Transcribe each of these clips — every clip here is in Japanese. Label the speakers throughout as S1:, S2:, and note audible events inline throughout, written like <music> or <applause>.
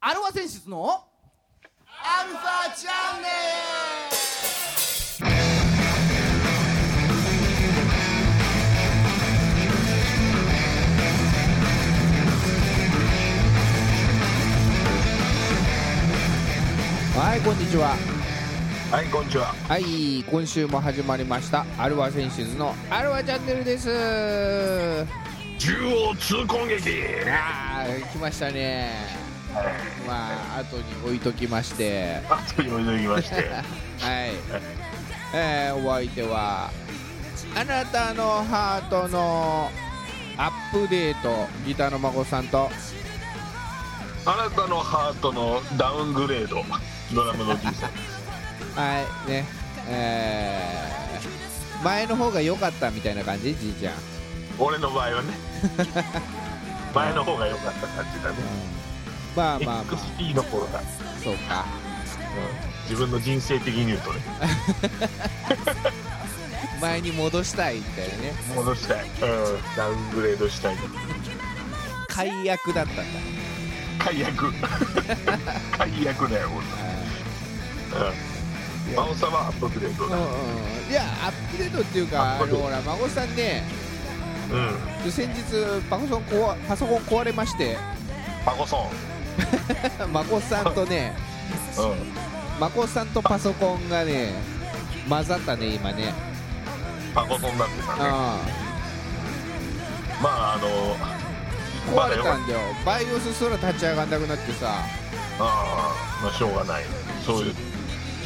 S1: アルファ選出のアルファチャンネルはいこんにちは
S2: はい、こんにちは。
S1: はい今週も始まりましたアルファ選出のアルファチャンネルです
S2: 縦横通攻撃。
S1: あー来ましたねまあ後に置いときまして
S2: あ、というのき
S1: <laughs>
S2: まして。
S1: はい、えーお相手はあなたのハートのアップデートギターの孫さんと
S2: あなたのハートのダウングレード。ドラムの D
S1: <laughs>
S2: さん。
S1: はいねえー前の方が良かったみたいな感じじいちゃん、
S2: 俺の場合はね。前の方が良かった感じだね。
S1: まあまあまあ
S2: XP の頃だ。うん
S1: そうか
S2: 自分の人生的に言うとね。
S1: 前に戻したいみたいなね
S2: 戻したい。うん。ダウングレードしたい。
S1: 解約だったんだ <laughs>
S2: 解約。解約だよ、俺。うん。魔王様アップグレード
S1: うんう
S2: だ。
S1: んうんいやアップデートっていうか
S2: ア
S1: あ
S2: ップデ
S1: の
S2: ート
S1: ほら孫さんね
S2: うん。
S1: 先日パソコン壊パソコン壊れまして <laughs>
S2: パコソン。
S1: 孫さんとね
S2: うん。
S1: 孫さんとパソコンがね混ざったね今ね
S2: パコソンだってさ
S1: うん
S2: ね。まあ、あの。ま
S1: 壊
S2: だ
S1: れ
S2: よかった
S1: たんだよバイオスすら立ち上がんなくなってさ
S2: ああまあしょうがないそういう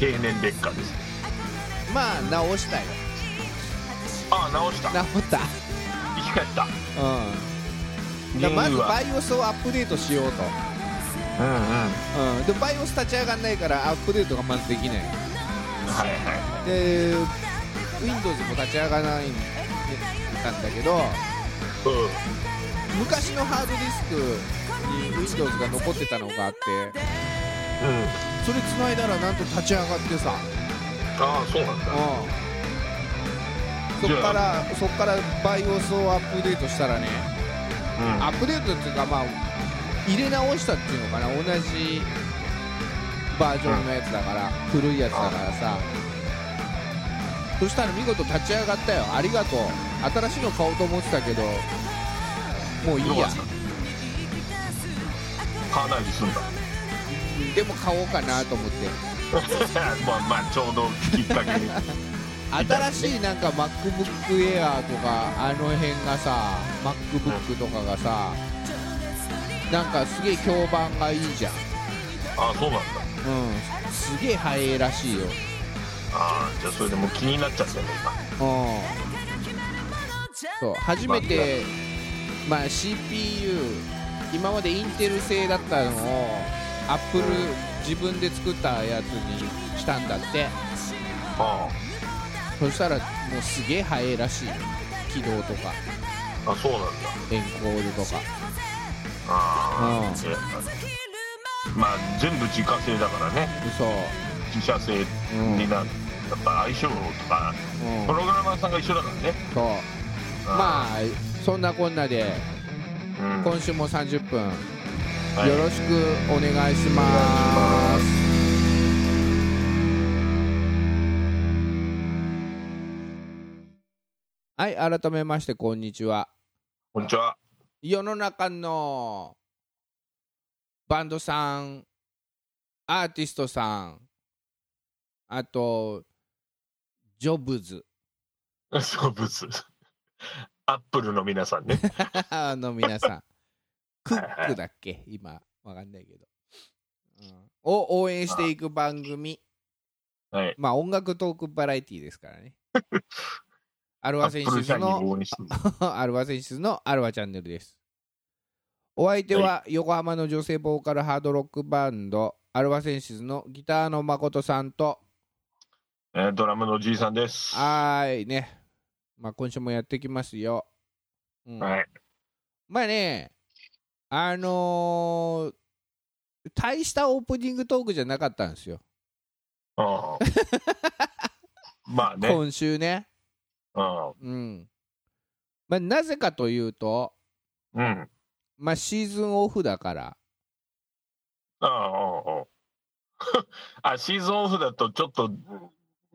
S2: 経年劣化です
S1: まあ直したよ
S2: ああ直した
S1: 直った
S2: 生き返った
S1: うんだからまず
S2: 原因は
S1: バイオスをアップデートしようと、
S2: うんうんは
S1: うん、でバイオス立ち上がんないからアップデートがまずできない
S2: いは
S1: で Windows も立ち上がらないんだんだけど
S2: いうん
S1: 昔のハードディスクに Windows が残ってたのがあって
S2: うん
S1: それ繋いだらなんと立ち上がってさ、
S2: ああそうなんだ
S1: うん、そ
S2: じ
S1: っ
S2: ゃあ
S1: からそっからバイオスをアップデートしたらね
S2: うん
S1: アップデートっていうかまあ入れ直したっていうのかな同じバージョンのやつだから、古いやつだからさそしたら見事立ち上がったよありがとう新しいの買おうと思ってたけどもういい
S2: よ
S1: や
S2: かった買わないで済んだ <laughs>
S1: でも買おうかなと思って
S2: まあまあちょうどきっかけに
S1: <laughs> 新しいなんか MacBookAir とかあの辺がさ MacBook とかがさなんかすげえ評判がいいじゃん、
S2: ああそうなんだ
S1: うん、すげえ早いらしいよ、うん、
S2: ああじゃあそれでもう気になっちゃったね
S1: そう初めて、まあ、CPU 今までインテル製だったのを Apple 自分で作ったやつにしたんだって
S2: 今あ
S1: そしたらもうすげえ早いらしいよ起動とか
S2: ああそうなんだ
S1: エンコールとか
S2: ああ
S1: う
S2: いやまあ全部自家製だからね
S1: 嘘
S2: 自社製
S1: うん
S2: になるやっぱ相性とか
S1: うん
S2: プログラマーさんが一緒だからね
S1: そう
S2: あ、
S1: まあそんなこんなで
S2: うん
S1: 今週も30分
S2: はい
S1: よろしくお願いしますはい改めましてこんにちは
S2: こんにちは。 <laughs>
S1: 世の中のバンドさんアーティストさんあとジョブズ
S2: そう、ブツ。アップルの皆さ
S1: <laughs>
S2: んね。
S1: あの皆さん、ク
S2: はい
S1: ックだっけ今、わかんないけど。うんを応援していく番組、
S2: はい。
S1: まあ音楽トークバラエティーですから
S2: <laughs>
S1: ね。アル
S2: ア
S1: ワ
S2: ッ
S1: 選
S2: プル
S1: 手
S2: 社に
S1: の、
S2: 応援してる。
S1: <laughs> アルワ選手のアルワチャンネルです。お相手は横浜の女性ボーカルハードロックバンド、アルワ選手のギターの誠さんと、
S2: えードラムのおじいさんです。は
S1: はーいね、まあ今週もやってきますよ。うん
S2: い。
S1: まあね、あのー大したオープニングトークじゃなかったんですよ、 <laughs>
S2: ああまあね。うん。
S1: 今週ね。うん。まあ、なぜかというと、
S2: うん。
S1: まあ、シーズンオフだから、
S2: ああ <laughs> あああシーズンオフだとちょっと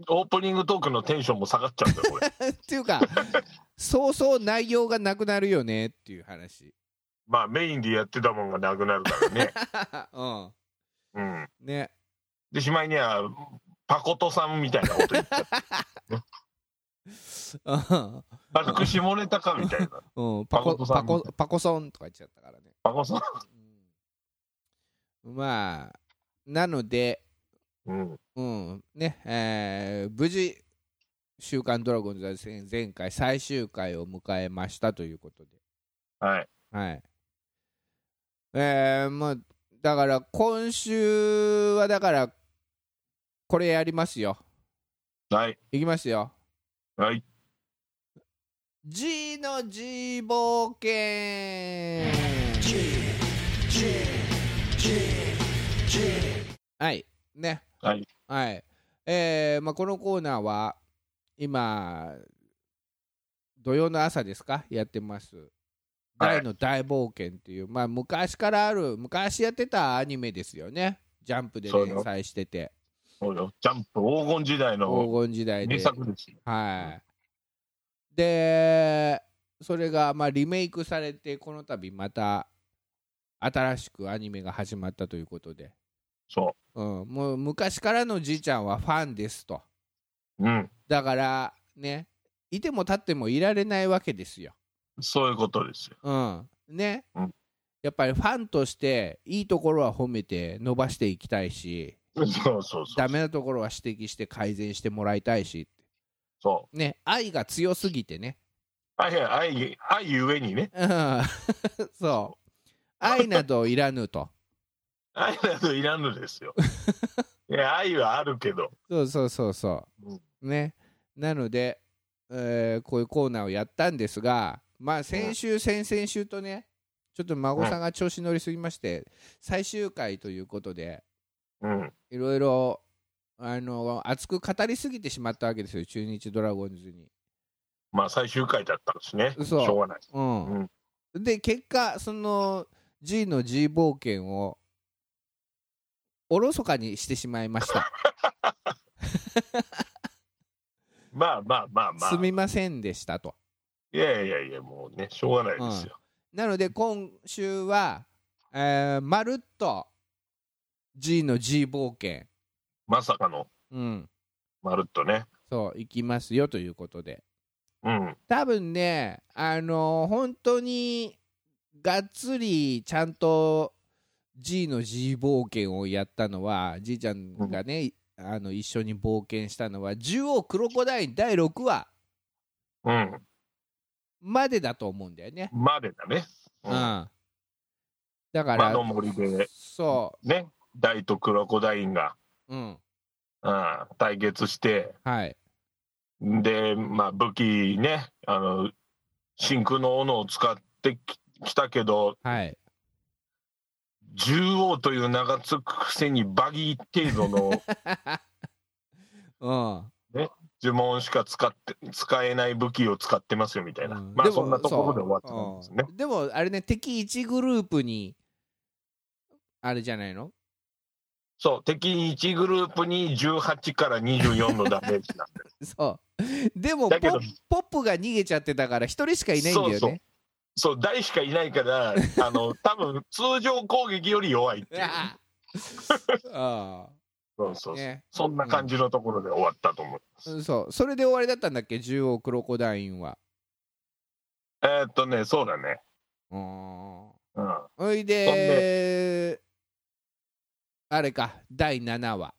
S2: オープニングトークのテンションも下がっちゃうんだよこ
S1: <laughs>
S2: れ
S1: っていうかそうそう内容がなくなるよねっていう話 <laughs>
S2: まあメインでやってたもんがなくなるからね
S1: うん
S2: うん
S1: ね <laughs>
S2: でしまいにはパコトさんみたいなこと言
S1: <laughs>
S2: っちゃう
S1: うん
S2: 私下ネタかみたいな
S1: うんパコ
S2: パコさ
S1: パ
S2: ん
S1: コパコソンとか言っちゃったからね、
S2: パコさん
S1: うん、まあなので
S2: うん
S1: うんねえー無事「週刊ドラゴンズ」は前回最終回を迎えましたということで
S2: はい
S1: はいえー、まあだから今週はだからこれやりますよ
S2: はい
S1: いきますよ
S2: はい
S1: G の G 冒険はいね
S2: はい
S1: はいえーまあ、このコーナーは今土曜の朝ですかやってます「
S2: はい
S1: 大の大冒険」っていう、まあ、昔からある昔やってたアニメですよねジャンプで
S2: そうよ
S1: 連載してて
S2: そうよジャンプ黄金時代の
S1: 黄金時代
S2: 名
S1: で
S2: 作ですよ
S1: はい。で、それがまあリメイクされて、この度また新しくアニメが始まったということで、
S2: そ
S1: うん、もう昔からのじいちゃんはファンですと。
S2: ううん
S1: だからね、いても立ってもいられないわけですよ。
S2: そういうことですよ
S1: うん。ね。
S2: うん
S1: やっぱりファンとしていいところは褒めて伸ばしていきたいし、
S2: そうそうそう
S1: ダメなところは指摘して改善してもらいたいし、
S2: そう
S1: ね、愛が強すぎてね。
S2: 愛愛愛ゆえにね
S1: うん <laughs> そう。愛などいらぬと。
S2: 愛などいらぬで
S1: <laughs>
S2: すよいや愛はあるけど
S1: そうそうそうそう。ね。なので、えーこういうコーナーをやったんですが、まあ先週、先々週とね、ちょっと孫さんが調子乗りすぎまして、最終回ということで、
S2: うん
S1: いろいろ、あの、熱く語りすぎてしまったわけですよ、中日ドラゴンズに。
S2: まあ最終回だったんですねし
S1: そう
S2: ょうがない
S1: うん。で、結果、その、G の G 冒険を、おろそかにしてしまいました。
S2: まあまあまあますあ
S1: みませんでしたと。
S2: いやいやいやもうねしょうがないですよ、
S1: なので今週は、えーまるっと G の G 冒険、
S2: まさかの
S1: うん、
S2: まるっとね
S1: そう、いきますよということで。
S2: うん
S1: 多分ね、あのー本当にがっつりちゃんと G の G 冒険をやったのは、じいちゃんがね、あの一緒に冒険したのは、中央クロコダイン第6話
S2: うん
S1: までだと思うんだよね。
S2: までだね、
S1: う。
S2: うんん
S1: だか
S2: 間
S1: ら
S2: の、森で
S1: そ
S2: ね大とクロコダインが、
S1: う、うん、
S2: うん、対決して
S1: はい。
S2: でまあ武器ねあの真空の斧を使ってききたけど
S1: はい。
S2: 獣王という名がつくくせにバギー程度の
S1: <laughs> うん。
S2: 呪文しか使って <laughs> 使えない武器を使ってますよみたいな、
S1: うん
S2: まあ
S1: でも
S2: そんなところで終わってたんですね
S1: そううんでも、あれね、敵1グループに、あれじゃないの <laughs>
S2: そう敵1グループに18から24のダメージなんだよ
S1: そう。でもポ
S2: だけど
S1: ッ、ポップが逃げちゃってたから、1人しかいないんだよね。
S2: そうそう大しかいないからあの多分通常攻撃より弱いっていう
S1: <laughs> あ
S2: <laughs>
S1: あ
S2: そうそうそ
S1: あ。
S2: う、
S1: ね。
S2: そんな感じのところで終わったと思う、
S1: うんそう。それで終わりだったんだっけ、中央クロコダインは。
S2: えーっとねそうだね
S1: うん。
S2: うん
S1: おい
S2: そん
S1: で、あれか、第7話。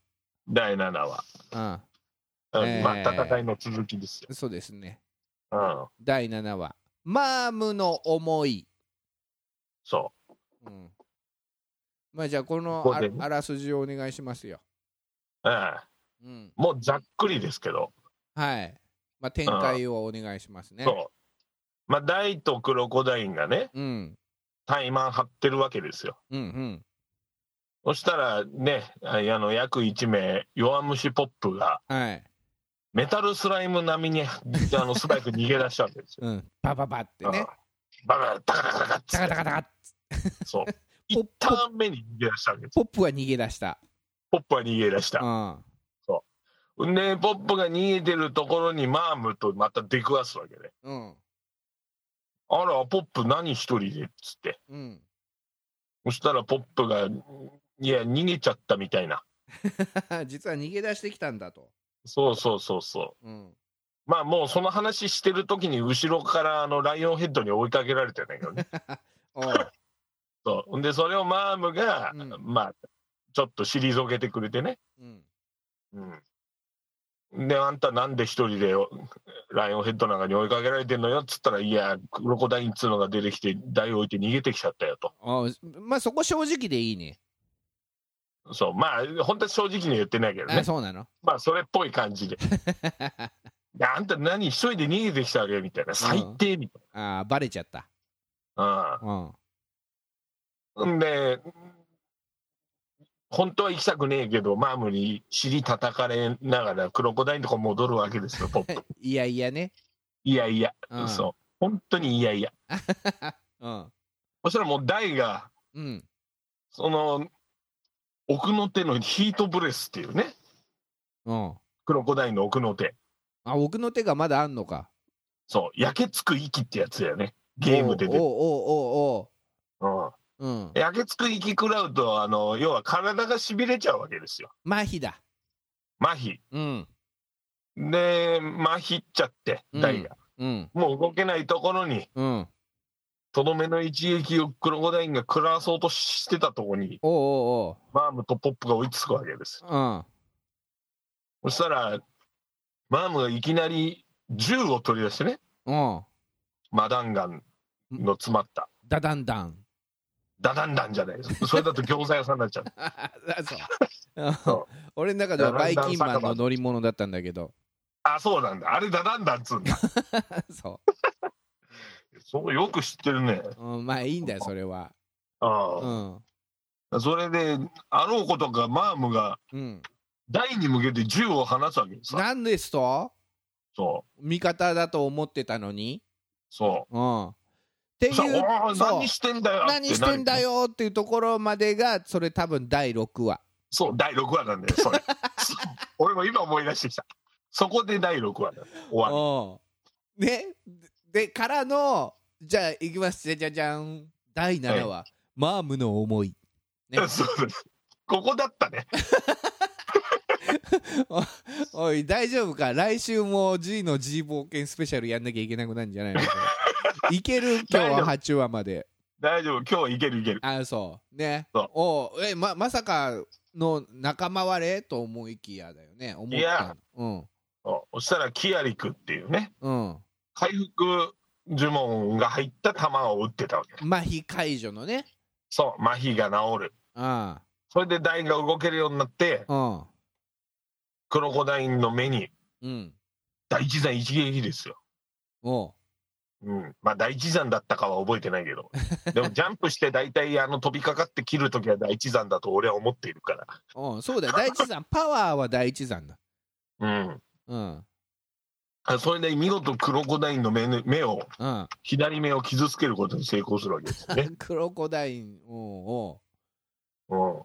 S2: 第7話、
S1: う
S2: うん
S1: えー
S2: まあ戦いの続きですよ、
S1: ん。そうですね。
S2: うん、
S1: 第7話。マームの思い。
S2: そ
S1: うんまあじゃあこの
S2: ここ
S1: あ
S2: で
S1: ら
S2: ね
S1: あらすじをお願いしますよ。
S2: う、うん、
S1: うん、
S2: もうざっくりですけど、
S1: はい。まあ展開をお願いしますね。
S2: そうまあ大とクロコダインがね
S1: うん
S2: 怠慢張ってるわけですよ
S1: うんうん
S2: そしたらねああの約1名弱虫ポップが
S1: はい。
S2: メタルスライム並みにあの素早く逃げ出したわけですよ。
S1: うん。バババってね。
S2: ああバカタカタカタっつ
S1: タカ
S2: って
S1: タカタカッ
S2: そう
S1: ポ
S2: 一
S1: ップ
S2: ターン目に逃げ出したわけです。
S1: ポップは逃げ出した。
S2: ポップは逃げ出し
S1: う
S2: た。
S1: ん。
S2: で、ポップが逃げてるところにマームとまた出くわすわけで。
S1: うん。
S2: あら、ポップ何一人でっつって。
S1: うん。 <laughs>
S2: そしたらポップが、いや、逃げちゃったみたいな。
S1: 実は逃げ出してきたんだと。
S2: そうそうそうそ
S1: うん。
S2: う。まあもうその話してる時に後ろからあのライオンヘッドに追いかけられてるんだけどね。
S1: <laughs> おう
S2: そう。で、それをマームが、
S1: うん
S2: まあ、ちょっと退けてくれてね。
S1: うん。
S2: うん。で、あんたなんで一人でライオンヘッドなんかに追いかけられてんのよっつったら、いや、クロコダインっつうのが出てきて、台を置いて逃げてきちゃったよと。
S1: おうまあそこ正直でいいね。
S2: そう。まあ、本当は正直には言ってないけど
S1: あ
S2: ね。
S1: そうなの <laughs>
S2: まあ、それっぽい感じで。であんた何一人で逃げてきたわけみたいな。最低みたい
S1: あーバレちゃった。
S2: な。
S1: うん。
S2: うん。んで、本当は行きたくねえけど、マームに尻叩かれながら、クロコダインとこ戻るわけですよ、ポップ。
S1: いやいやね。
S2: いやいや。
S1: うん。
S2: そう。本当にいやいや。
S1: うん。
S2: そしたらもう大が、
S1: うん。
S2: その、奥の手のヒートブレスっていうね、
S1: うん。
S2: クロコダインの奥の手。
S1: あ、奥の手がまだあんのか。
S2: そう、焼けつく息ってやつだよね。ゲームで
S1: おうおう
S2: 出て。うん
S1: おうおう。うん。
S2: 焼けつく息食らうと、あの、要は体が痺れちゃうわけですよ。
S1: 麻痺だ。
S2: 麻痺。
S1: うん。
S2: で、麻痺っちゃって、大が。
S1: うん。
S2: もう動けないところに、
S1: うん。おう
S2: とどめの一撃をクロコダインが食らわそうとしてたところに、
S1: おう
S2: マームとポップが追いつくわけです。
S1: おう。うん。
S2: そしたら、マームがいきなり銃を取り出してね、
S1: うん。
S2: マダンガンの詰まった。
S1: ダダンダン。
S2: ダダンダンじゃないです。それだと餃子屋さんになっちゃう。 <laughs>
S1: あそう <laughs>
S2: そう
S1: 俺の中ではバイキンマンの乗り物だったんだけど
S2: あ、そうなんだ。あれダダンダンっつうんだ。
S1: そ
S2: そう、よく知ってるね。
S1: う、うん、まあいいんだよそれはう
S2: あ
S1: ん
S2: あ。それで、あろうことか、マームが、
S1: うん
S2: 台に向けて銃を放すわけですよ。
S1: なんですと
S2: そう。
S1: 味方だと思ってたのに
S2: そ。
S1: うんっていうう
S2: さおー
S1: そう
S2: 何してんだよって
S1: 何してんだよっていうところまでがそれ多分第6話
S2: そう、第6話なんだよ、
S1: <laughs>
S2: それ。そう俺も今思い出してきた。そこで第6話だ。終わ
S1: うんねでからのじゃあいきますじゃじゃじゃん第7話、マームの思い
S2: り。
S1: ね
S2: <laughs> そうです。ここだったね。
S1: おい大丈夫か来週も G の G 冒険スペシャルやんなきゃいけなくなるんじゃない
S2: <laughs>
S1: のこれいける今日は8話まで
S2: 大丈夫。今日はいけるいける。
S1: あそうね
S2: そう
S1: おうえままさかの仲間割れと思いきやだよね思ったの
S2: いや
S1: うん
S2: そうそしたら、キアリクっていうね。
S1: うん
S2: 回復呪文が入った弾を撃ってたわけ
S1: 麻痺解除のね
S2: そう麻痺が治る
S1: あ
S2: それでダイが動けるようになって
S1: あ
S2: クロコダインの目に
S1: うんうん
S2: 大地山一撃ですよ
S1: おう
S2: うんまあ大地山だったかは覚えてないけどでもジャンプして大体あの飛びかかって切るときは大地山だと俺は思っているか
S1: おうそうだよ第一山パワーは第一山だ
S2: らうん
S1: うん
S2: あそれで見事クロコダインの目,、目を
S1: うん、
S2: 左目を傷つけることに成功するわけですよね
S1: <laughs> クロコダインおうおう
S2: うん、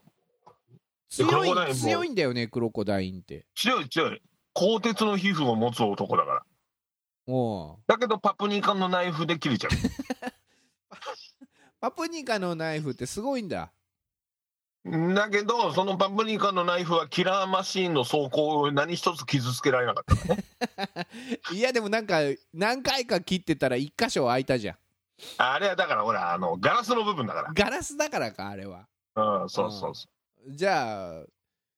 S2: でク
S1: 強
S2: ロコダイン
S1: い
S2: も
S1: 強いんだよねクロコダインって
S2: 強い強い鋼鉄の皮膚を持つ男だから
S1: おう
S2: だけどパプニカのナイフで切れちゃう
S1: パプニカのナイフってすごいんだ
S2: だけど、そのパプニカのナイフはキラーマシーンの装甲を何一つ傷つけられなかった。
S1: いやでもなんか何回か切ってたら一箇所開いたじゃん
S2: あれはだからほら、あの、ガラスの部分だか
S1: ガラスだからかあれは
S2: ら。うん、そうそうそ
S1: じゃあ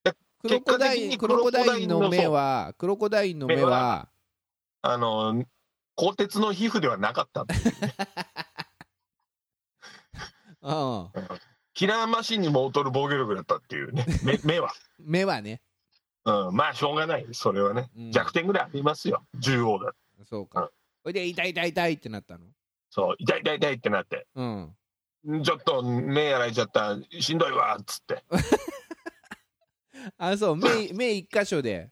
S2: で
S1: クロコダイン
S2: 結
S1: ク
S2: 果的に
S1: ロコダインの
S2: クロコダインの
S1: 目はクロコダインの目
S2: 目
S1: は
S2: う。あの、鋼鉄の皮膚ではなか
S1: <laughs>
S2: ったっていう。
S1: うん
S2: キラーマシーンにも劣る防御力だったってい
S1: <laughs>
S2: うね。目目は。
S1: 目はね
S2: うん、まあ、しょうがない。それはね。
S1: うん
S2: 弱点ぐらいありますよ。中央だ。
S1: そう
S2: う
S1: か
S2: ん
S1: ほいで痛い痛い痛いってなったの
S2: そう、痛い痛い痛いってなって。
S1: うん
S2: ちょっと目やられちゃった。しんどいわ、っつって。
S1: あそう目目一箇所で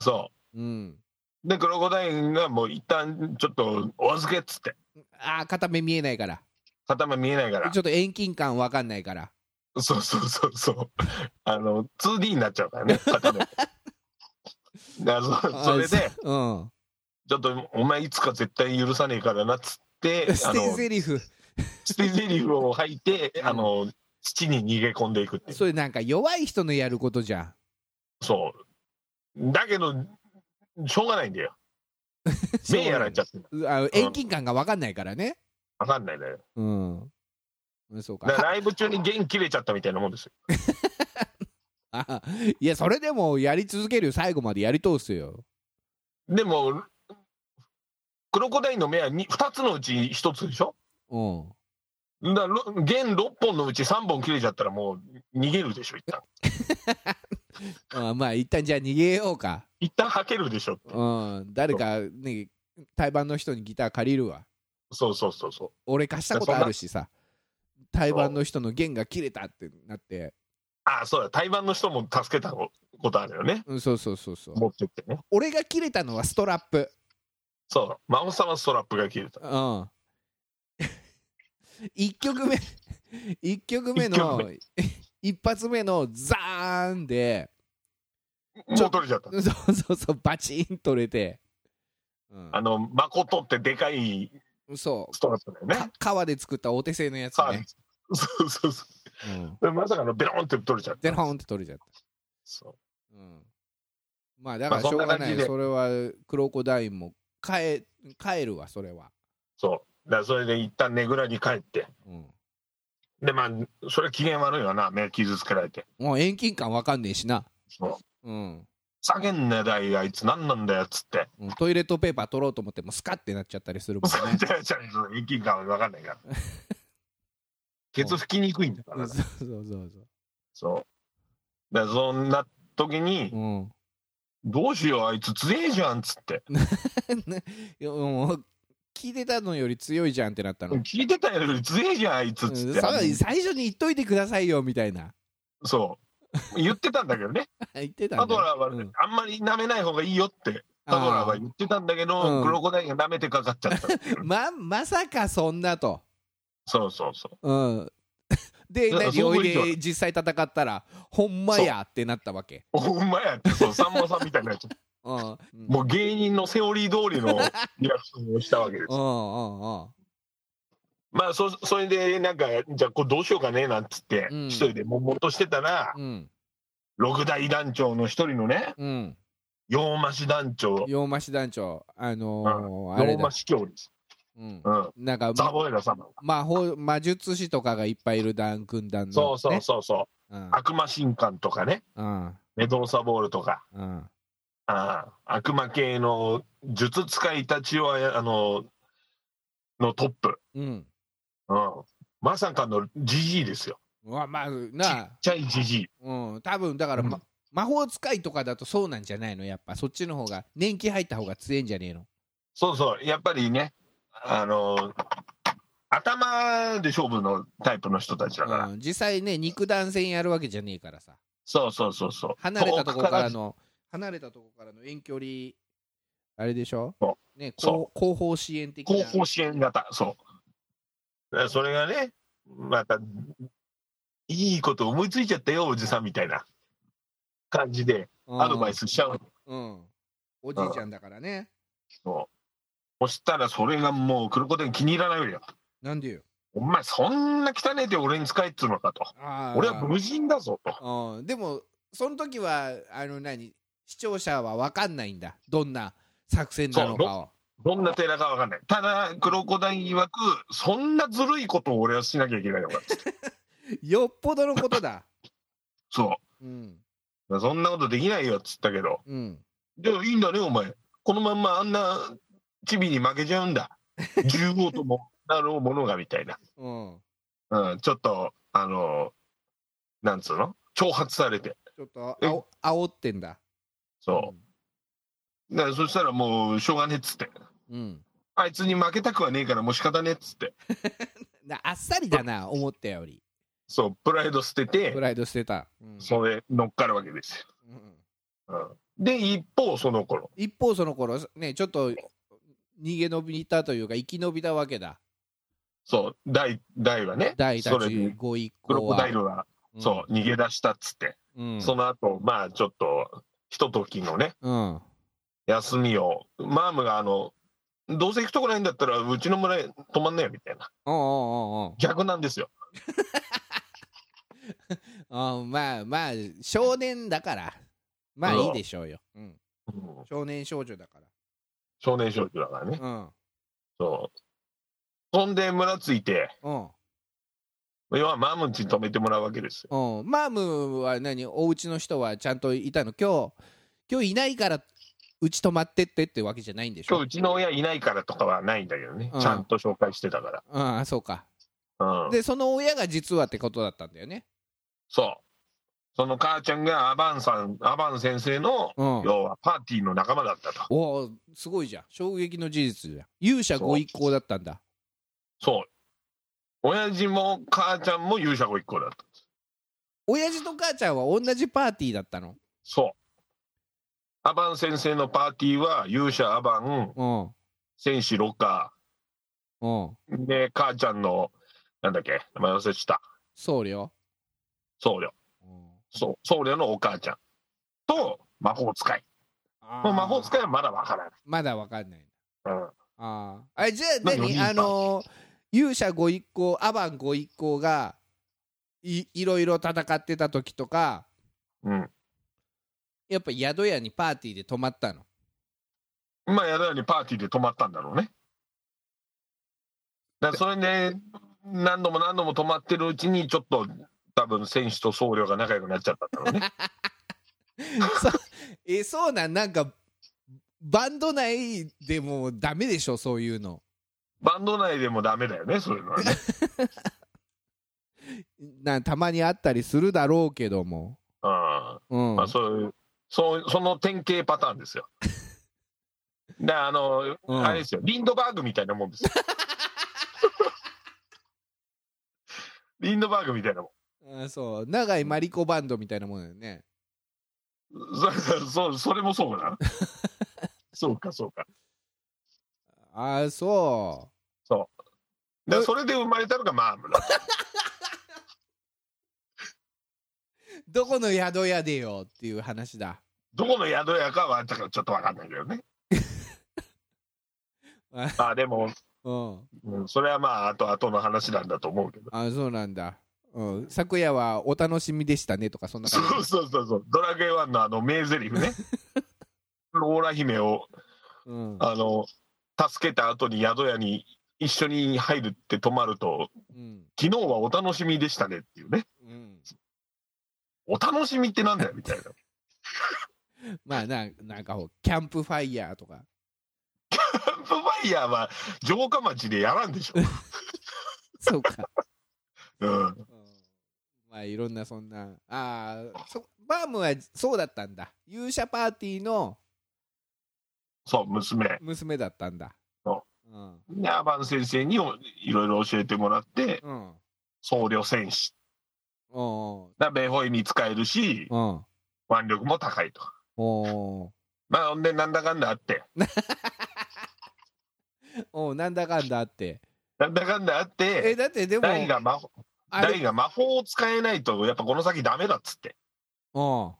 S2: そ
S1: うん
S2: う。で、クロコダインがもう一旦ちょっとお預けっつって。
S1: あー片目見えないから
S2: 頭見えないか
S1: <laughs>
S2: ら
S1: ちょっと遠近感わかんないから
S2: そうそうそうそうあの 2D になっちゃうからね片
S1: <laughs>
S2: 目だからそそれで
S1: うん
S2: ちょっとお前いつか絶対許さねえからなっつっ
S1: <laughs>
S2: て
S1: 捨
S2: あ
S1: て
S2: の
S1: ゼリフ
S2: 捨てゼリフを吐いてあの土に逃げ込んでいくっていう
S1: それなんか弱い人のやることじゃん
S2: そうだけどしょうがない
S1: <laughs>
S2: んだよ <laughs> 目やられちゃって
S1: あ遠近感がわかんないからね
S2: わかんないね
S1: <laughs> うんそうか
S2: だからライブ中に弦切れちゃったみたいなもんですよ
S1: あ <laughs> いやそれでもやり続けるよ最後までやり通すよ
S2: でもクロコダインの目は 2, 2つのうち1つでしょ
S1: うん
S2: だからろ弦6本のうち3本切れちゃったらもう逃げるでしょ一旦
S1: あまあ一旦じゃあ逃げようか
S2: 一旦はけるでしょって
S1: うん誰かね対バンの人にギター借りるわ
S2: そうそうそうそ
S1: 俺貸したことあるしさ対バンの人の弦が切れたってなって
S2: うああそうだ対バンの人も助けたことあるよね
S1: うんそうそうそうそう
S2: 持ってってね
S1: 俺が切れたのはストラップ
S2: そう真帆さんはストラップが切れた
S1: うん一曲目一曲目
S2: 一
S1: の一発目のザーンで
S2: もう取れちゃった
S1: そうそうそうバチン取れて、うん
S2: あの誠ってでかい
S1: そう
S2: ストラップだよね
S1: か革で作ったお手製のやつ
S2: さあ
S1: ね、
S2: そうそうそ
S1: うん、
S2: うまさかのベロンって取れちゃった
S1: でロンって取れちゃった
S2: そう
S1: うんまあだから
S2: ま
S1: し
S2: あ
S1: ょ
S2: そ
S1: うんがな
S2: な感
S1: い、
S2: じで
S1: それはクロコダインも帰帰るわそれは、
S2: そうだからそれで一旦ねぐらに帰って
S1: うん、
S2: でまあそれ機嫌悪いわな目傷つけられて
S1: もう遠近感わかんねえしな
S2: そう
S1: うん、
S2: 下げんねだいあいつ何なんだよっつって
S1: うんトイレットペーパー取ろうと思ってもスカッてなっちゃったりするもん
S2: じゃ
S1: ね
S2: あじゃあその遠近感は分かんない
S1: <laughs>
S2: からケツ拭きにくいんだか
S1: う
S2: ら
S1: ん
S2: ね
S1: <laughs> そうそうそう
S2: そうだからそんな
S1: そ
S2: 時
S1: う、
S2: に
S1: うん
S2: 「どうしようあいつ強えじゃん」っつって
S1: <laughs> ねいやもう聞いてたのより強いじゃんってなった
S2: 「
S1: の、うん
S2: 聞いてたより強えじゃんあいつ」っつって
S1: さ最初に言っといてくださいよみたいな <laughs>
S2: そう言ってたんだけどね
S1: 言ってた
S2: パ
S1: んだ
S2: ド
S1: よ
S2: ラーは
S1: うん
S2: あんまり舐めない方がいいよってパドラーは言ってたんだけ
S1: う
S2: ど
S1: ん
S2: クロコダインが舐めてかかっ
S1: <laughs>
S2: ちゃったっていう
S1: ままさかそんなと、
S2: そうそうそう
S1: うん、 <laughs> で
S2: だから
S1: 何
S2: そう
S1: おい
S2: いう人
S1: で実際戦ったらほんまやってなったわけ、
S2: お前やってそうさんまさんみたいなやつ
S1: <laughs> うん、うん
S2: もう芸人のセオリー通りのリアクションをしたわけです
S1: うんうん
S2: まあそそれでなんかじゃあこれどうしようかねなんつって
S1: うん
S2: 一人で悶々としてたら、
S1: うん
S2: 六大団長の一人のね
S1: うん
S2: 洋増し団長
S1: 洋増し団長あのーあれ
S2: 洋
S1: だ
S2: 増、し教です、
S1: うん
S2: う、ん、
S1: なんか
S2: ザボエラ様、
S1: 魔法魔術師とかがいっぱいいる団軍団の、ね、
S2: そうそうそうそう、
S1: うん
S2: 悪魔神官とかね
S1: うん
S2: メドーサボールとか
S1: うん
S2: ああ悪魔系の術使いたちはあののトップ、
S1: うん
S2: うん、まさかのジジイですよ
S1: うわまあなあ
S2: ちっちゃいジジイ
S1: うん、多分だから、ま
S2: う
S1: 魔法使いとかだとそうなんじゃないのやっぱそっちの方が年季入った方が強いんじゃねえの
S2: そうそう、やっぱりね、あの頭で勝負のタイプの人たちだから、
S1: うん、実際ね肉弾戦やるわけじゃねえからさ
S2: そうそうそうそう、
S1: 離れたとこから
S2: 遠く
S1: の離れたとこからの遠距離あれでしょ
S2: そ
S1: ね後
S2: そ
S1: 後方支援的
S2: 後
S1: な
S2: 方支援型、そう。だからそれがね、また、いいこと思いついちゃったよ、おじさんみたいな感じで、
S1: うん
S2: アドバイスしちゃうの、
S1: うんおじいちゃんだからね
S2: そうそしたら、それがもう、黒子で気に入らないわけよ。
S1: なんでよ
S2: お前、そんな汚ねえで俺に使えっつうのかと。
S1: あー
S2: 俺は無人だぞと。
S1: うんでもその時はあの何視聴者は分かんないんだどんな作戦なのかを
S2: どんな寺かわかんない。ただ、クロコダイン曰く、そんなずるいことを俺はしなきゃいけないのか。 <laughs>
S1: よっぽどのことだ <laughs>
S2: そ
S1: うん
S2: う。そんなことできないよっつったけど。
S1: うん
S2: でもいいんだね、お前。このまんまあんなチビに負けちゃうんだ。十号ともなろうものがみたいな。
S1: うん
S2: うん、ちょっと、あの、なんつうの挑発されて。
S1: ちょっと
S2: え
S1: あお煽ってんだ。
S2: そう。だからそしたらもう、しょうがねえっつって。
S1: うん。うん。
S2: あいつに負けたくはねえからもう仕方ねえっつって。
S1: なあっさりだな、思ったより。
S2: そう、プライド捨てて
S1: プ、ライド捨てた。うん
S2: それ乗っかるわけです
S1: うん
S2: よ。うん、で、一方、その頃。
S1: 一方、その頃ね、ちょっと逃げ延びたというか、生き延びたわけだ。
S2: そう、大、大はね、
S1: 第
S2: それで
S1: 15以
S2: ク
S1: 降
S2: ロコ
S1: は
S2: ダイルは、そう、逃げ出したっつって、
S1: うん、うん
S2: その後、まあちょっと、ひとときのね、
S1: うん、
S2: 休みを、マームがあの、どうせ行くとこないんだったら、うちの村へ泊まんなよみたいな、
S1: おうおうおうおう
S2: 逆なんですよ。
S1: あまあまあ少年だからまあ
S2: そう
S1: いいでしょうよ、うん、
S2: うん
S1: 少年少女だか
S2: 少年少女だからね。
S1: ら
S2: そう。そんで村ついて、
S1: うん
S2: 要はマームんちに泊めてもらうわけです
S1: う
S2: よ。
S1: ん、うん、マームは何お家の人はちゃんといたの今日今日いないからうち泊まってってってわけじゃないんでし
S2: 今
S1: ょ
S2: 日うちの親いないからとかはないんだけどね、
S1: うん
S2: ちゃんと紹介してたか。
S1: うんあそうから
S2: うん。
S1: でその親が実はってことだったんだよね
S2: そう。その母ちゃんがアバンさん、アバン先生の、
S1: うん
S2: 要はパーティーの仲間だったと。
S1: おおすごいじゃん衝撃の事実じゃん勇者ご一行だったんだ
S2: そう。親父も母ちゃんも勇者ご一行だった。
S1: 親父と母ちゃんは同じパーティーだったの
S2: そう。アバン先生のパーティーは勇者アバン、
S1: う
S2: 戦士ロカ
S1: んうん
S2: ー、で、母ちゃんの、なんだっけ、名前忘れてた。
S1: 僧侶
S2: 僧侶。
S1: うん
S2: そう僧侶のお母ちゃんと魔法使い。
S1: あー
S2: もう魔法使いはまだわから
S1: まだわかんない
S2: ない。
S1: あーあじゃあ
S2: まあ四
S1: 何
S2: 人
S1: あのー勇者ご一行アバンご一行がいいろいろ戦ってた時とか
S2: うん。
S1: やっぱ宿屋にパーティーで泊まったの
S2: うん。まあ、やだにパーティーで泊まったんだろうね。だからそれで、何度も何度も泊まってるうちに、ちょっと、多分選手と僧侶が仲良くなっちゃったんだ
S1: <laughs>
S2: ろうね。
S1: そえそうなんなんかバンド内でもダメでしょそういうの
S2: バンド内でもダメだよね、そういうのはね。
S1: なたまにあったりするだろうけども
S2: う
S1: うん
S2: ん。まあ、そういう、そう、その典型パターンですよ。だからあの、
S1: うん
S2: あれですよ、リンドバーグみたいなもんです
S1: <laughs>
S2: よ。リンドバーグみたいなもん。
S1: あそう長井マリコバンドみたいなもんだよね
S2: そ <laughs> そうそれもそうなそうかそうか
S1: ああそう
S2: で
S1: え
S2: それで生まれたのがマームだ
S1: どこの宿屋でよっていう話だ。
S2: どこの宿屋かはだからちょっと分かんないけどねまあでも、
S1: うん。
S2: うんそれはまああと後の話なんだと思うけど
S1: あ、そうなんだ。うん。昨夜はお楽しみでしたねとか、そんな
S2: そ
S1: 感
S2: うそうそうそうドラクエ1のあの名台詞ねローラ姫を
S1: じ。うん。
S2: あの助けた後に宿屋に一緒に入るって泊まると
S1: うん。
S2: 昨日はお楽しみでしたねっていうね
S1: うん。
S2: お楽しみってなんだよみたいな
S1: まあ、ななんかほう、キャンプファイヤーとか。
S2: キャンプファイヤーは城下町でやらんでしょ、
S1: <laughs> そうか。
S2: う
S1: う
S2: ん
S1: ん、まあ、いろんなそんな。ああ、そバームはそうだったんだ。勇者パーティーの
S2: そう、娘。
S1: 娘だったんだ。
S2: そ
S1: うん。
S2: で、アバン先生においろいろ教えてもらって、
S1: うん。
S2: 僧侶戦士。
S1: おー
S2: だからホイに使えるし、
S1: うん。
S2: 腕力も高いと。
S1: おー
S2: まあ、ほんで、なんだかんだあって、
S1: おーなんだかんだあって。
S2: なんだかんだあっ
S1: え、
S2: て、
S1: だってでも、
S2: ダイが魔法、
S1: あ
S2: ダイ
S1: れ、
S2: が魔法を使えないと、やっぱこの先ダメだっつって。
S1: うん。
S2: うん。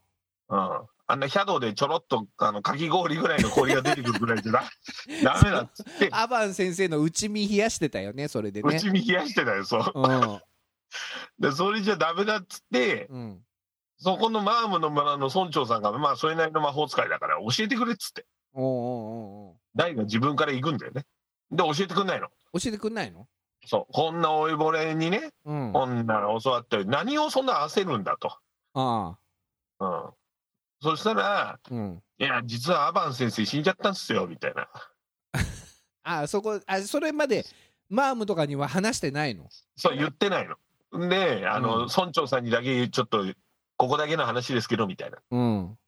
S2: あんなシャドウでちょろっと、あの、かき氷ぐらいの氷が出てくるぐらいじゃな、
S1: <laughs>
S2: ダメだっつって、
S1: アバン先生の内身冷やしてたよね、それでね。
S2: 内身冷やしてたよ、そう
S1: うん。
S2: で、それじゃダメだっつって、
S1: うん。
S2: そこのマームの村の村長さんが、まあ、それなりの魔法使いだから、教えてくれっつって。
S1: おうおうおう
S2: 大が自分から行くんだよね。で、教えてくんないの。
S1: おう教えてくんないの
S2: そう。こんな老いぼれにね、
S1: うん。あ
S2: こんなの教わって、何をそんな焦るんだと。
S1: あ。
S2: うん。そしたら、
S1: うん。
S2: いや、実はアバン先生死んじゃったんすよ、みたいな。
S1: ああ、そこ、あ、それまで、マームとかには話してないの
S2: そう言ってないの。で、あの、
S1: うん
S2: 村長さんにだけ、ちょっと、ここだけの話ですけど、みたいな。
S1: うん。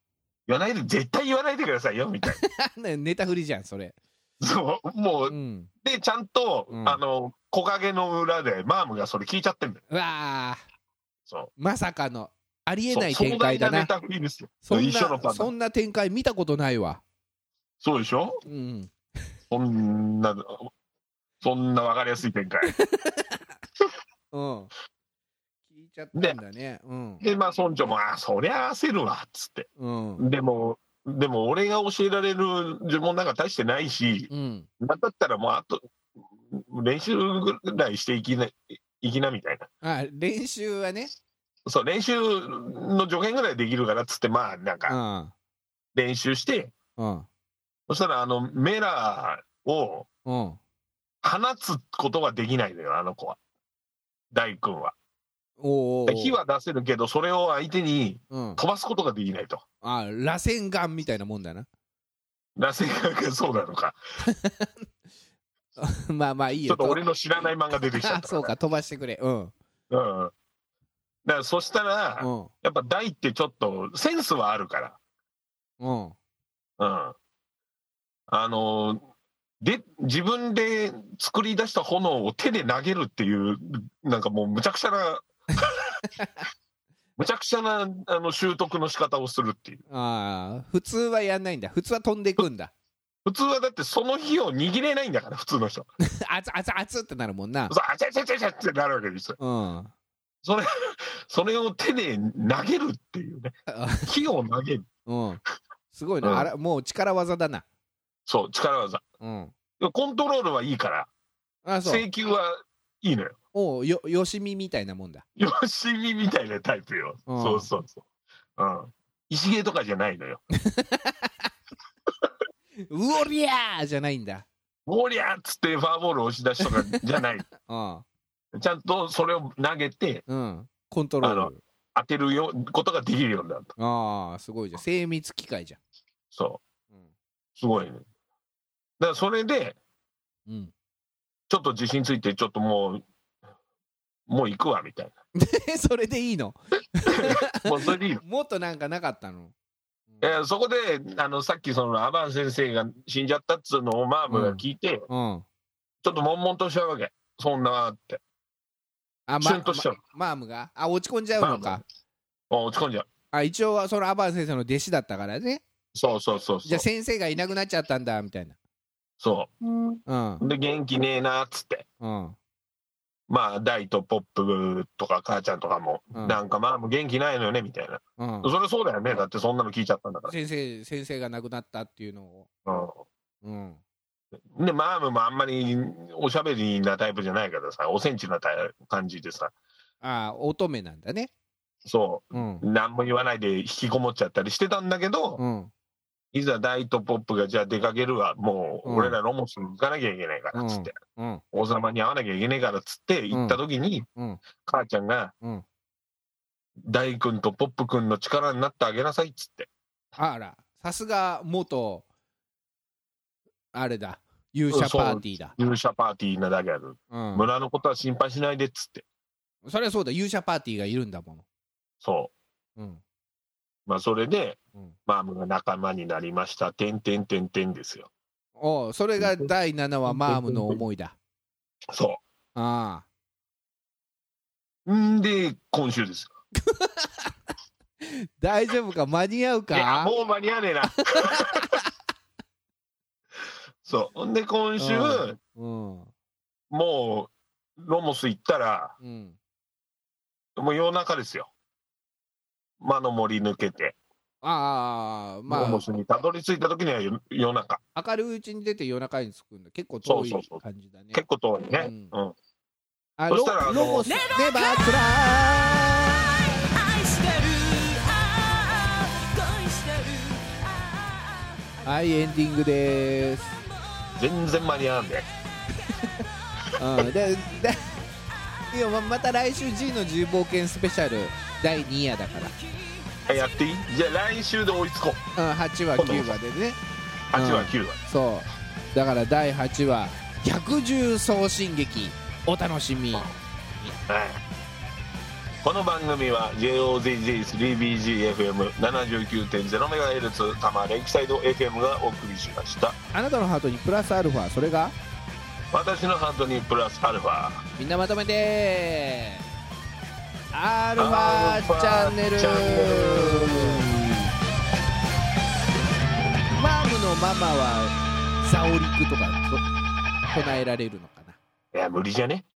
S2: 言わないで、絶対言わないでくださいよ、みたい
S1: ね <laughs> ネタ振りじゃん、それ。
S2: な。そう、
S1: う
S2: もう、
S1: ん。
S2: で、ちゃんと、
S1: うん
S2: あの、木陰の裏で、マームがそれ聞いちゃってんだよ。
S1: うわあ、
S2: そう。
S1: まさかの、ありえない
S2: そう
S1: 展開だな
S2: 壮。大ネタフリですよ。
S1: そん
S2: 一緒のパター
S1: な、
S2: ン
S1: そんな展開見たことないわ。
S2: そうでしょ
S1: うん。
S2: そんな、そんな分かりやすい展開。 <laughs>
S1: うん。聞いちゃったんだね。うん。
S2: で、まあ、村長も、ああ、そりゃ焦るわ、っつって。
S1: うん。
S2: でも、でも俺が教えられる呪文なんか大してないし、
S1: うん。
S2: なんだったらもうあと、練習ぐらいしていきな、いきなみたいな。
S1: あ、練習はね。
S2: そう、練習の助言ぐらいできるからっつって、まあ、なん
S1: う
S2: か、
S1: ん。
S2: 練習して、
S1: うん。
S2: そしたら、あの、メラを
S1: うん。
S2: 放つことはできないのよ、あの子は。大君は。
S1: おー
S2: 火。は出せるけど、それを相手に
S1: うん。
S2: 飛ばすことができないと。
S1: あ、螺旋岩みたいなもんだな。 <laughs>
S2: なぜかそうなのか。
S1: まあまあいい
S2: ちょ
S1: よ。
S2: っと俺の知らない漫画出てきちゃっ
S1: あ、<laughs>
S2: た
S1: そうか、飛ばしてくれ。うん。
S2: うんうん。だからそしたら、
S1: うん。
S2: やっぱ大ってちょっとセンスはあるか
S1: うん。
S2: ら。うん。あので、自分で作り出した炎を手で投げるっていう、なんかもうむちゃくち
S1: <laughs>
S2: ゃな、むちゃくちゃなあの習得の仕方をするっていう。
S1: ああ、普通はやんないんだ。普通は飛んでいくんだ。 <laughs>
S2: 普通はだってその火を握れないんだから、普通の人。
S1: 熱熱熱ってなるもんな。
S2: そう、あちゃちゃちゃちゃってなるわけですよ。
S1: うん。
S2: それ、それを手で投げるっていうね。火を投げる。
S1: うん。すごいうな。
S2: ん
S1: あら、もう力技だな。
S2: そう、力技。
S1: うん。
S2: コントロールはいいから、
S1: あ、そう。
S2: 請求はいいのよ。
S1: おうよ、よしみみたいなもんだ。
S2: よしみみたいなタイプよ。
S1: うん
S2: そうそうそう。うん。石毛とかじゃないのよ。
S1: うおりゃーじゃないんだ。
S2: ゴリャーっつってフォアボール押し出しとかじ
S1: <laughs>
S2: ゃない。
S1: うん。
S2: ちゃんとそれを投げて
S1: うん。コントロール。
S2: 当てるよことができるようになると。
S1: ああ、すごいじゃん。精密機械じゃ
S2: そ
S1: ん。
S2: う。すごいね。だからそれで、
S1: うん。うん。 <laughs>
S2: ちょっと自信ついて、ちょっともう、もう行くわ、みたい
S1: え、それでいいの
S2: な。もうそれでいいの。
S1: もっとなんかなかったの
S2: えーそこで、あの、さっきそのアバン先生が死んじゃったっつうのをマームが聞いて、
S1: うん。
S2: ちょっと悶々としちゃうわけ。そんなって。
S1: あ、
S2: シュンとしちゃう。
S1: マームがあ、落ち込んじゃうのか。
S2: あ落ち込んじゃう。
S1: あ、一応はそのアバン先生の弟子だったからね。
S2: そうそうそう
S1: じ
S2: そ
S1: ゃ
S2: う
S1: あ。先生がいなくなっちゃったんだ、みたいな。
S2: そ
S1: うん。
S2: う。で、元気ねえなっつって。
S1: うん。
S2: まあ、大とポップとか母ちゃんとかも、
S1: うん
S2: なんかまあ、もう元気ないのよね、みたいな。
S1: うん。
S2: それそうだよね。だってそんなの聞いちゃったんだか
S1: 先生、先生が亡くなったっていうのを。
S2: ら。
S1: うん。
S2: うん、で、マームもあんまりおしゃべりなタイプじゃないからさ、おセンチなタイ感じでさ、
S1: ああ、乙女なんだね。
S2: そ
S1: うん。
S2: う、何も言わないで引きこもっちゃったりしてたんだけど、
S1: うん。
S2: いざ大とポップがじゃあ出かけるわ、もう俺らロモスに行かなきゃいけないから、つって。
S1: うん。
S2: 王様に会わなきゃいけねえからっつって行った時に、
S1: うん。
S2: 母ちゃんが
S1: うん。
S2: 大君とポップ君の力になってあげなさいっつって
S1: あら、さすが元、あれだ、勇者パーティーだ。
S2: 勇者パーティーなだけある、
S1: うん。
S2: 村のことは心配しないでっつって
S1: そりゃそうだ、勇者パーティーがいるんだもの。
S2: そ
S1: うん。
S2: うまあそれで
S1: うん。
S2: マームが仲間になりましたてんてんてんてんですよ
S1: おうそれが第7話、マームの思いだ。
S2: そ
S1: あ
S2: うんで今週ですよ
S1: あ。大丈夫か間に合う
S2: いや
S1: か
S2: もう間に合わね
S1: <laughs>
S2: えなそうほんで今週、
S1: うんうん。
S2: もうロモス行ったら
S1: うん。
S2: もう夜中ですよ魔の森抜けて
S1: ああ、ま
S2: ロモスにたどり着いた時には夜夜中
S1: あ、明るいうちに出て夜中に着くんだ。結構遠い
S2: そうそうそう
S1: 感じだね。
S2: 結構遠いね、
S1: う
S2: うん
S1: あ
S2: そ
S1: ロ
S2: したらあの
S1: ロゴス、ネバークライ
S3: 愛してるああ恋してるあ
S1: はい、エンディングです。
S2: 全然間に合わんで
S1: うん、で、 <laughs> で、いや、ままた来週 G の自由冒険スペシャル第2夜だか
S2: えやっていいじゃあ来週で追いつこう
S1: ら、うん、8話、
S2: 今度こ
S1: 9
S2: そ
S1: 話でね、
S2: 8
S1: うん
S2: 話9話、
S1: そう、だから第8話、百獣送信劇、お楽しみ。
S2: はいこの番組は JOZZ3BGFM79.0MHz 多摩レイクサイド FM がお送りしました
S1: あなたのハートにプラスアルファ、それが、
S2: 私のハートにプラスアルファ
S1: みんなまとめて、アルファチャンネル。
S2: チャンネル
S1: マームのママは、ザオリクとかと唱えられるのかな。
S2: いや、無理じゃね